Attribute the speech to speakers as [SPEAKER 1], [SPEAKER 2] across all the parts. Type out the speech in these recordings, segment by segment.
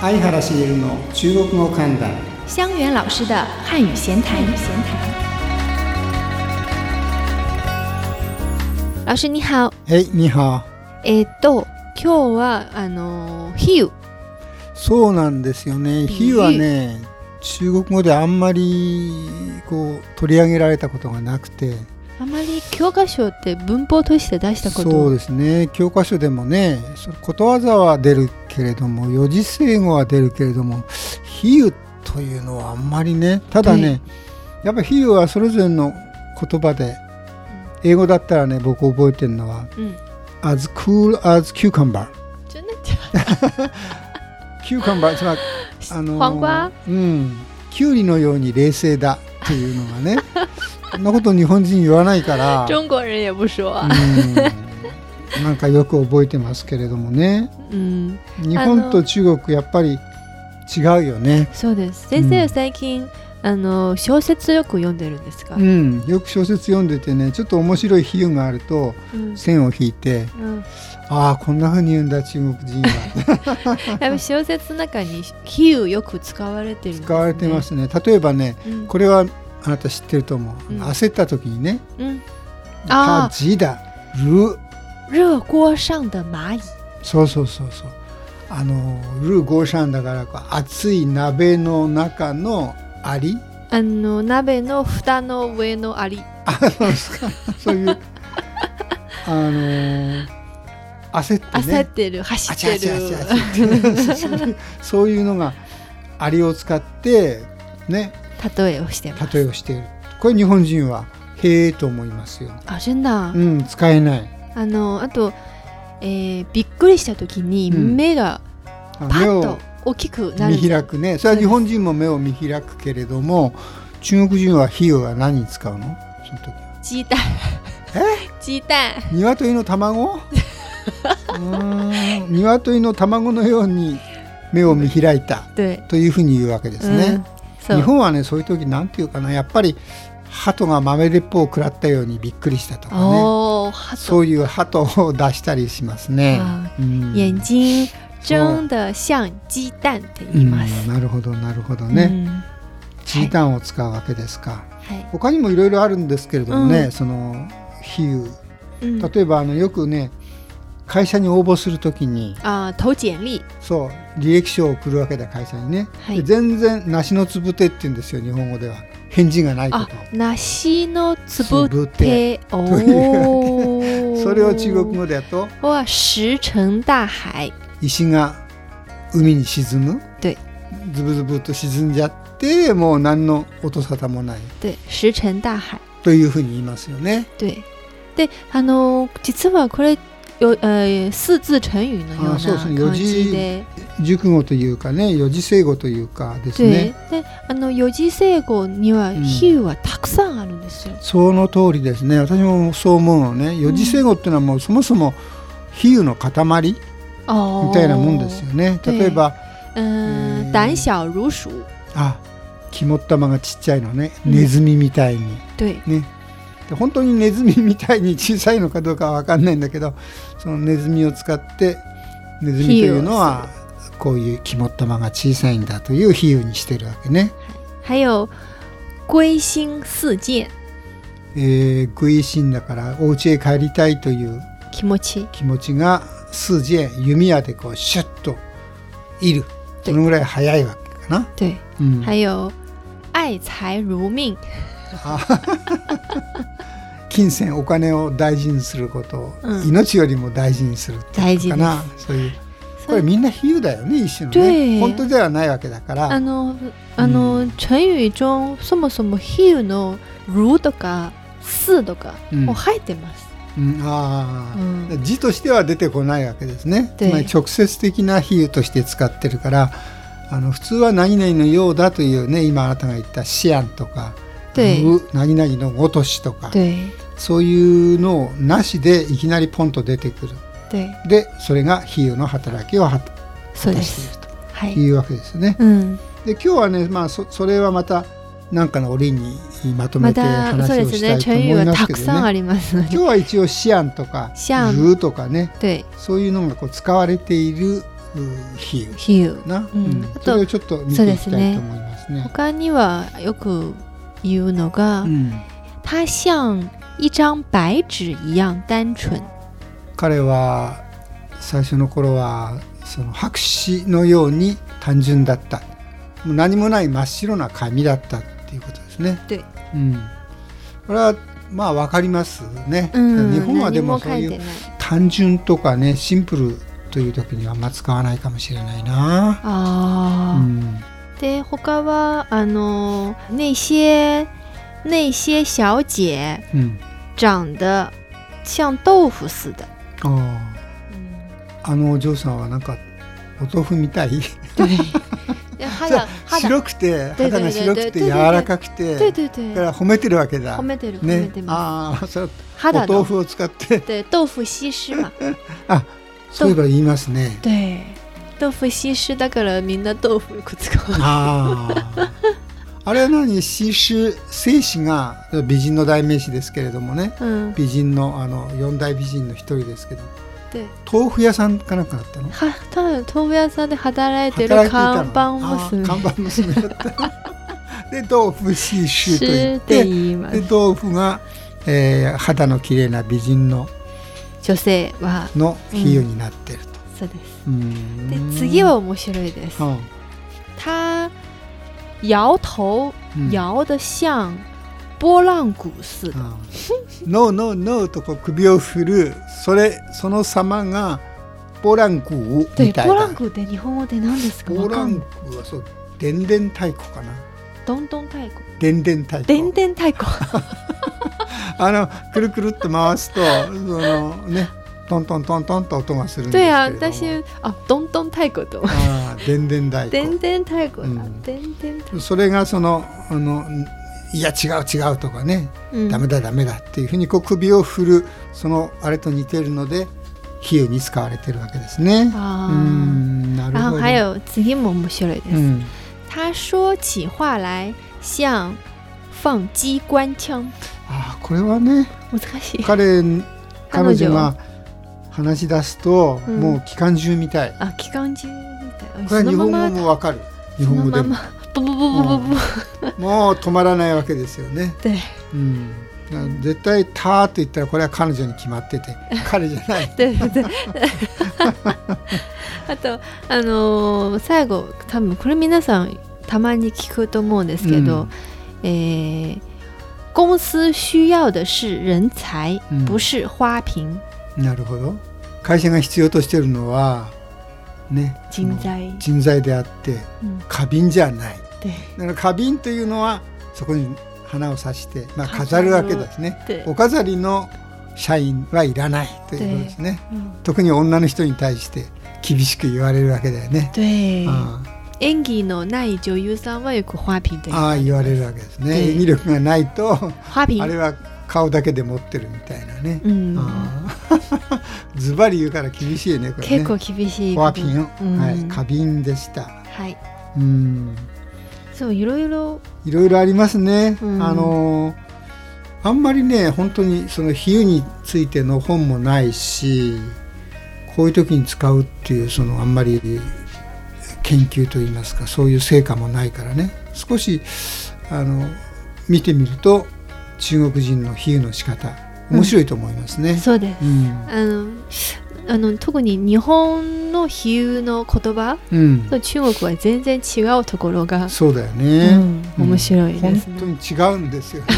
[SPEAKER 1] 相原茂の中国語観覧
[SPEAKER 2] 香源老师的汉语闲谈。老师你好，
[SPEAKER 1] はいニハ
[SPEAKER 2] えーっと今日はあのー比喩
[SPEAKER 1] そうなんですよね比喩はね中国語であんまりこう取り上げられたことがなくて
[SPEAKER 2] あまり教科書って文法として出したこ
[SPEAKER 1] そう
[SPEAKER 2] と
[SPEAKER 1] ですね教科書でもねそのことわざは出るけれども四字成語は出るけれども比喩というのはあんまりねただね、
[SPEAKER 2] は
[SPEAKER 1] やっぱ比喩はそれぞれの言葉で英語だったらね僕覚えてるのは
[SPEAKER 2] うん。
[SPEAKER 1] 「as cool as cucumber
[SPEAKER 2] 真的假」
[SPEAKER 1] cucumber つまり
[SPEAKER 2] 的？
[SPEAKER 1] あのー
[SPEAKER 2] 黄瓜？
[SPEAKER 1] うんキュウリのように冷静だっていうのが ねそんなこと日本人言わないから、
[SPEAKER 2] 中国人也不说。
[SPEAKER 1] うん、なんかよく覚えてますけれどもね
[SPEAKER 2] うん。
[SPEAKER 1] 日本と中国やっぱり違うよね。
[SPEAKER 2] そうです。先生は最近、あのー小説よく読んでるんですか？
[SPEAKER 1] うん、よく小説読んでてねちょっと面白い比喩があると
[SPEAKER 2] うん
[SPEAKER 1] 線を引いて
[SPEAKER 2] うん。
[SPEAKER 1] ああこんな風に言うんだ中国人 は
[SPEAKER 2] やっぱ小説の中に比喩よく使われてるんですね。
[SPEAKER 1] 使われてま。すね例えばね
[SPEAKER 2] うん。
[SPEAKER 1] これはあなた知ってると思う、
[SPEAKER 2] うん
[SPEAKER 1] 焦った時にね
[SPEAKER 2] うん。
[SPEAKER 1] 「
[SPEAKER 2] あー
[SPEAKER 1] たじだ」「る
[SPEAKER 2] 热锅上的蚂蚁。」
[SPEAKER 1] そうそうそうそうあの「るごしゃん」だからこう熱い鍋の中のアリ
[SPEAKER 2] あの鍋の蓋の上のアリ。
[SPEAKER 1] あそうですかそう いうあのー焦って
[SPEAKER 2] 焦っ
[SPEAKER 1] ね
[SPEAKER 2] てる、
[SPEAKER 1] あ
[SPEAKER 2] 走
[SPEAKER 1] ちゃ
[SPEAKER 2] っ
[SPEAKER 1] あ
[SPEAKER 2] て
[SPEAKER 1] ちゃあ
[SPEAKER 2] る
[SPEAKER 1] ちゃ。あちゃってそういうそういうのがアリを使ってね
[SPEAKER 2] 例えをしてます。
[SPEAKER 1] 例えをしているこれ日本人はへえと思いますよ
[SPEAKER 2] あ、真的啊。
[SPEAKER 1] うん使えない
[SPEAKER 2] あのあと、えー、びっくりした時に
[SPEAKER 1] うん
[SPEAKER 2] 目が
[SPEAKER 1] あ
[SPEAKER 2] パ
[SPEAKER 1] 目
[SPEAKER 2] ッ
[SPEAKER 1] を
[SPEAKER 2] と大きくなる。
[SPEAKER 1] 見開くねそれは日本人も目を見開くけれども中国人は比喩は何に使うのその時
[SPEAKER 2] 鸡蛋。 鸡蛋。
[SPEAKER 1] 鶏の卵うーん鶏の卵のように目を見開いた
[SPEAKER 2] 对。
[SPEAKER 1] というふうに言うわけですね、
[SPEAKER 2] そう。
[SPEAKER 1] 日本はねそういう時なんていうかなやっぱり鳩が豆鉄砲を食らったようにびっくりしたとかね
[SPEAKER 2] おー、ハ
[SPEAKER 1] そ
[SPEAKER 2] ト。
[SPEAKER 1] ういう鳩を出したりしますね
[SPEAKER 2] あ、
[SPEAKER 1] うん
[SPEAKER 2] 眼睛睁得像鸡蛋って言います
[SPEAKER 1] うん。なるほどなるほどね、
[SPEAKER 2] うん。
[SPEAKER 1] チータンを使うわけですか
[SPEAKER 2] はい。
[SPEAKER 1] 他にもいろいろあるんですけれどもね、
[SPEAKER 2] うん
[SPEAKER 1] その比喩
[SPEAKER 2] うん
[SPEAKER 1] 例えばあのよくね会社に応募するときに
[SPEAKER 2] あー、投简历。
[SPEAKER 1] そう履歴書を送るわけだ会社にね、
[SPEAKER 2] はい
[SPEAKER 1] で全然梨のつぶてって言うんですよ日本語では返事がないこ
[SPEAKER 2] あ、梨のつぶて。お
[SPEAKER 1] と
[SPEAKER 2] ー。
[SPEAKER 1] それを中国語でやると
[SPEAKER 2] は石沉大海。
[SPEAKER 1] 石が海に沈む
[SPEAKER 2] 对
[SPEAKER 1] ズブズブっと沈んじゃってもう何の音沙汰もない
[SPEAKER 2] 对、石沉大海。
[SPEAKER 1] というふうに言いますよね
[SPEAKER 2] 对。で、あのー実はこれよ、えー四字成語のよう
[SPEAKER 1] あそうそう
[SPEAKER 2] な感じで。
[SPEAKER 1] 熟語というかね四字成語というかです
[SPEAKER 2] 对
[SPEAKER 1] ね。
[SPEAKER 2] で、あの四字成語には
[SPEAKER 1] ん
[SPEAKER 2] 比喩はたくさんあるんですよ。
[SPEAKER 1] その通りですね私もそう思うのね四字成語っていうのはもうそもそも比喩の塊
[SPEAKER 2] あー
[SPEAKER 1] みたいなもんですよ。ね
[SPEAKER 2] ー
[SPEAKER 1] 例えば
[SPEAKER 2] うん
[SPEAKER 1] う、ん
[SPEAKER 2] 胆小如鼠。
[SPEAKER 1] あ肝っ玉がちっちゃいのね
[SPEAKER 2] うん
[SPEAKER 1] ネズミみたいに、
[SPEAKER 2] 对。
[SPEAKER 1] ねで本当にネズミみたいに小さいのかどうかは分かんないんだけどそのネズミを使ってネズミというのはこういう肝っ玉が小さいんだという比喩にしてるわけね。
[SPEAKER 2] 还有归心似箭、
[SPEAKER 1] えー、食いしんだからお家へ帰りたいという
[SPEAKER 2] 気持ち。
[SPEAKER 1] 気持ちが数字へ弓矢でこうシュッといるそのぐらい早いわけかな。
[SPEAKER 2] 对。
[SPEAKER 1] うん、
[SPEAKER 2] 还有爱财如命。
[SPEAKER 1] 金銭お金を大事にすることを、
[SPEAKER 2] うん
[SPEAKER 1] 命よりも大事にする
[SPEAKER 2] 大事
[SPEAKER 1] か
[SPEAKER 2] です。
[SPEAKER 1] なそういうこ
[SPEAKER 2] そう
[SPEAKER 1] れみんな比喩だよね一種の
[SPEAKER 2] 对
[SPEAKER 1] ね本当ではないわけだから
[SPEAKER 2] あのあの、成語中そもそも比喩の「如」とか「す」とか
[SPEAKER 1] うん
[SPEAKER 2] もう入ってます。
[SPEAKER 1] うんあ
[SPEAKER 2] う
[SPEAKER 1] ー
[SPEAKER 2] ん
[SPEAKER 1] 字としては出てこないわけですねつ
[SPEAKER 2] 对
[SPEAKER 1] まり直接的な比喩として使ってるからあの普通は何々のようだというね今あなたが言った「思案」とか「
[SPEAKER 2] 对
[SPEAKER 1] う何々のごとし」とか
[SPEAKER 2] 对
[SPEAKER 1] そういうのをなしでいきなりポンと出てくる
[SPEAKER 2] 对，
[SPEAKER 1] でそれが比喩の働きを果た
[SPEAKER 2] そうで
[SPEAKER 1] してい
[SPEAKER 2] す。
[SPEAKER 1] る
[SPEAKER 2] は
[SPEAKER 1] と
[SPEAKER 2] い。
[SPEAKER 1] いうわけですね。
[SPEAKER 2] うん、
[SPEAKER 1] で今日はね、まあ、そそれはまた何かの折にまとめ
[SPEAKER 2] ま
[SPEAKER 1] て
[SPEAKER 2] た
[SPEAKER 1] 話
[SPEAKER 2] そ
[SPEAKER 1] を
[SPEAKER 2] うで
[SPEAKER 1] し
[SPEAKER 2] す
[SPEAKER 1] たい
[SPEAKER 2] ね。
[SPEAKER 1] と思
[SPEAKER 2] 成語
[SPEAKER 1] いま
[SPEAKER 2] は
[SPEAKER 1] す
[SPEAKER 2] た
[SPEAKER 1] け
[SPEAKER 2] く
[SPEAKER 1] どね
[SPEAKER 2] さんありますので。
[SPEAKER 1] 今日は一応「思案」とか「
[SPEAKER 2] 思案
[SPEAKER 1] ルー」とかね
[SPEAKER 2] 对
[SPEAKER 1] そういうのがこう使われているう比喩
[SPEAKER 2] 比喩
[SPEAKER 1] な、
[SPEAKER 2] うん
[SPEAKER 1] うん
[SPEAKER 2] あと
[SPEAKER 1] それをちょっと見ていきたいと思いますね。
[SPEAKER 2] 他にはよく言うのが、
[SPEAKER 1] うん、
[SPEAKER 2] 他像一张白纸一样单纯。
[SPEAKER 1] 彼は最初の頃はその白紙のように単純だったもう何もない真っ白な紙だったっていうことですね。
[SPEAKER 2] 对
[SPEAKER 1] うん、これはまあわかりますね、
[SPEAKER 2] うん、
[SPEAKER 1] 日本はでも
[SPEAKER 2] 何
[SPEAKER 1] そう
[SPEAKER 2] 書い
[SPEAKER 1] い
[SPEAKER 2] て
[SPEAKER 1] う
[SPEAKER 2] ない。
[SPEAKER 1] 単純とかねシンプルという時にはあんま使わないかもしれないな。う
[SPEAKER 2] ああ、
[SPEAKER 1] ん
[SPEAKER 2] で他はあの那些那些小姐
[SPEAKER 1] うん、
[SPEAKER 2] 长得像豆腐似的。
[SPEAKER 1] あーあのお嬢さんはなんかお豆腐みたい
[SPEAKER 2] 对， 肌肌，
[SPEAKER 1] 白くて
[SPEAKER 2] で
[SPEAKER 1] 肌が白くて柔らかくて
[SPEAKER 2] 对对
[SPEAKER 1] だから
[SPEAKER 2] 对，
[SPEAKER 1] 褒めてるわけだ
[SPEAKER 2] 褒。めてる褒め
[SPEAKER 1] ね
[SPEAKER 2] て、ま
[SPEAKER 1] ああそれは
[SPEAKER 2] す。肌
[SPEAKER 1] お豆
[SPEAKER 2] の
[SPEAKER 1] 腐を使って
[SPEAKER 2] 对豆腐西施 嘛。
[SPEAKER 1] そういえば言いますね。
[SPEAKER 2] 对，豆腐西施だからみんな豆腐よ く使う。
[SPEAKER 1] あ ああれは何新種精子が美人の代名詞ですけれどもね
[SPEAKER 2] うん。
[SPEAKER 1] 美人のあの四大美人の一人ですけど
[SPEAKER 2] で、
[SPEAKER 1] 豆腐屋さんかなんかだったの
[SPEAKER 2] は多分豆腐屋さんで働いてる
[SPEAKER 1] 働いていた
[SPEAKER 2] 看
[SPEAKER 1] の
[SPEAKER 2] 板
[SPEAKER 1] あー
[SPEAKER 2] 娘。
[SPEAKER 1] 看板娘だったで豆腐新種と言
[SPEAKER 2] 是
[SPEAKER 1] っ
[SPEAKER 2] って
[SPEAKER 1] て
[SPEAKER 2] 言います
[SPEAKER 1] で。豆腐が、えー肌の綺麗な美人の
[SPEAKER 2] 女性は
[SPEAKER 1] の比喩になってると。
[SPEAKER 2] そうです。
[SPEAKER 1] うん
[SPEAKER 2] で次は面白いです
[SPEAKER 1] う。ん
[SPEAKER 2] 他摇头
[SPEAKER 1] うん
[SPEAKER 2] 摇得像波浪鼓似
[SPEAKER 1] 嗯
[SPEAKER 2] 的。
[SPEAKER 1] うんノーノーノーとこう首を振るそれその様がボランクー
[SPEAKER 2] 对
[SPEAKER 1] みたい
[SPEAKER 2] 波
[SPEAKER 1] な
[SPEAKER 2] 浪鼓って日本語で何ですか？
[SPEAKER 1] ボラン
[SPEAKER 2] 鼓。
[SPEAKER 1] クはそうでんでん太鼓かな
[SPEAKER 2] どんどん太鼓。
[SPEAKER 1] でんでん太鼓
[SPEAKER 2] でんでん太 鼓。
[SPEAKER 1] あのくるくるって回すとそのねトントントントンと音がするんですけれ
[SPEAKER 2] 对
[SPEAKER 1] ど
[SPEAKER 2] 啊，
[SPEAKER 1] も
[SPEAKER 2] 但是啊，咚咚太鼓嗯懂。
[SPEAKER 1] あーでんでん太
[SPEAKER 2] で
[SPEAKER 1] 鼓
[SPEAKER 2] んでん太鼓だ
[SPEAKER 1] う。ん
[SPEAKER 2] でんでん太
[SPEAKER 1] それがそのあのいや違う違うとかね、
[SPEAKER 2] 鼓。
[SPEAKER 1] ダメだダメだっていうふうにこう首を振るそのあれと似てるので比喩に使われてるわけですね。
[SPEAKER 2] 啊。
[SPEAKER 1] 嗯，なる
[SPEAKER 2] 然
[SPEAKER 1] ほ
[SPEAKER 2] 后
[SPEAKER 1] ど。
[SPEAKER 2] 还有次も面白いです。
[SPEAKER 1] うん、
[SPEAKER 2] 他说起话来像放机关枪。
[SPEAKER 1] あーこれはね
[SPEAKER 2] 難しい。
[SPEAKER 1] 彼彼女
[SPEAKER 2] は
[SPEAKER 1] が話し出すと、
[SPEAKER 2] うん
[SPEAKER 1] もう機関銃みたい
[SPEAKER 2] あ機関銃みたい。
[SPEAKER 1] これは
[SPEAKER 2] そ
[SPEAKER 1] 日
[SPEAKER 2] の
[SPEAKER 1] 本
[SPEAKER 2] ま
[SPEAKER 1] 語
[SPEAKER 2] ま
[SPEAKER 1] もわかる日
[SPEAKER 2] そ
[SPEAKER 1] 本
[SPEAKER 2] の
[SPEAKER 1] 語で
[SPEAKER 2] ま
[SPEAKER 1] も
[SPEAKER 2] ま。ブブブブブブブ。
[SPEAKER 1] もう止まらないわけですよね、
[SPEAKER 2] で
[SPEAKER 1] うん、だから絶対「た」と言ったらこれは彼女に決まって て彼じゃない
[SPEAKER 2] でで。 あとあのー最後多分これ皆さんたまに聞くと思うんですけど、えー公司需要的是人才
[SPEAKER 1] うん、
[SPEAKER 2] 不是花瓶。
[SPEAKER 1] なるほど会社が必要としてるのはね
[SPEAKER 2] 人材。
[SPEAKER 1] 人材であって
[SPEAKER 2] うん
[SPEAKER 1] 花瓶じゃない
[SPEAKER 2] で
[SPEAKER 1] だから花瓶というのはそこに花を挿して、まあ、
[SPEAKER 2] 飾
[SPEAKER 1] 飾
[SPEAKER 2] る
[SPEAKER 1] るわけですね
[SPEAKER 2] で
[SPEAKER 1] お飾りの社員はいらないということですね特に女の人に対して厳しく言われるわけだよね
[SPEAKER 2] 对，
[SPEAKER 1] あ
[SPEAKER 2] 演技のない女優さんはよく花瓶と
[SPEAKER 1] あ
[SPEAKER 2] 言
[SPEAKER 1] ああ言われ
[SPEAKER 2] る。
[SPEAKER 1] るわけです
[SPEAKER 2] で
[SPEAKER 1] ね演技力がないと
[SPEAKER 2] 花瓶
[SPEAKER 1] あ。れは顔だけで持ってるみたいなね
[SPEAKER 2] うん、
[SPEAKER 1] ああ ズバリ言うから厳しいねこれね
[SPEAKER 2] 結構厳しい。
[SPEAKER 1] 花瓶、
[SPEAKER 2] うん
[SPEAKER 1] はい花瓶でした
[SPEAKER 2] はい。
[SPEAKER 1] うん
[SPEAKER 2] そういろいろ。
[SPEAKER 1] いろいろありますね。
[SPEAKER 2] うん
[SPEAKER 1] あのーあんまりね本当にその比喩についての本もないしこういう時に使うっていうそのあんまり研究といいますかそういう成果もないからね少しあの見てみると中国人の比喩の仕方面白いと思いますね。
[SPEAKER 2] そうです。
[SPEAKER 1] うん
[SPEAKER 2] あのあの特に日本の比喩の言葉
[SPEAKER 1] うん
[SPEAKER 2] と中国は全然違うところが、
[SPEAKER 1] そうだよ
[SPEAKER 2] う
[SPEAKER 1] ね。
[SPEAKER 2] ん面白いですね。
[SPEAKER 1] 本当に違うんですよね。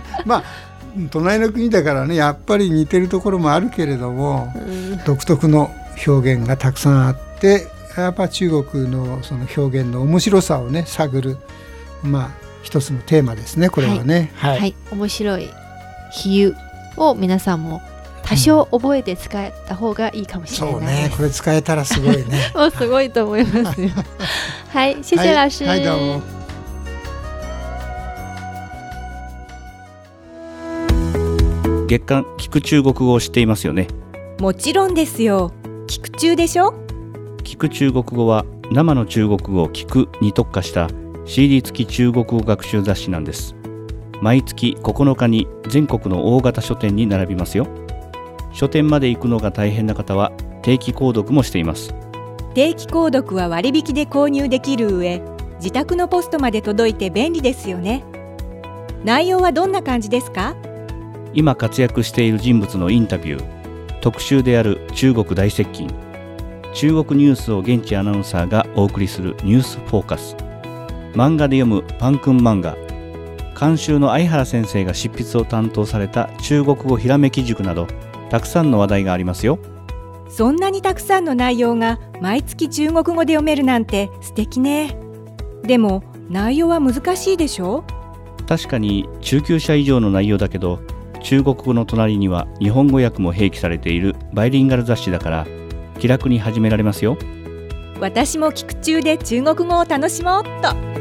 [SPEAKER 1] まあ隣の国だからねやっぱり似てるところもあるけれども
[SPEAKER 2] うん
[SPEAKER 1] 独特の表現がたくさんあってやっぱ中国のその表現の面白さをね探るまあ一つのテーマですねこれはね。は
[SPEAKER 2] はいい、面白い比喩を皆さんも多少覚えて使った方がいいかもしれ
[SPEAKER 1] そう
[SPEAKER 2] ないで
[SPEAKER 1] ね
[SPEAKER 2] す。
[SPEAKER 1] これ使えたらすごい ね。
[SPEAKER 2] もうすごいと思いま すよ。はい、谢谢老师。
[SPEAKER 1] はい、はい、どうも。
[SPEAKER 3] 月刊聞く中国語を知っていますよね
[SPEAKER 4] もちろんですよ聞く中でしょ
[SPEAKER 3] 聞く中国語は生の中国語を聞くに特化した CD 付き中国語学習雑誌なんです毎月9日に全国の大型書店に並びますよ書店まで行くのが大変な方は定期購読もしています
[SPEAKER 4] 定期購読は割引で購入できる上自宅のポストまで届いて便利ですよね内容はどんな感じですか
[SPEAKER 3] 今活躍している人物のインタビュー特集である中国大接近中国ニュースを現地アナウンサーがお送りする「ニュースフォーカス」漫画で読むパンくん漫画監修の相原先生が執筆を担当された中国語ひらめき塾などたくさんの話題がありますよ
[SPEAKER 4] そんなにたくさんの内容が毎月中国語で読めるなんて素敵ねでも内容は難しいでしょ
[SPEAKER 3] 確かに中級者以上の内容だけど中国語の隣には日本語訳も併記されているバイリンガル雑誌だから気楽に始められますよ
[SPEAKER 4] 私も聞く中で中国語を楽しもうっと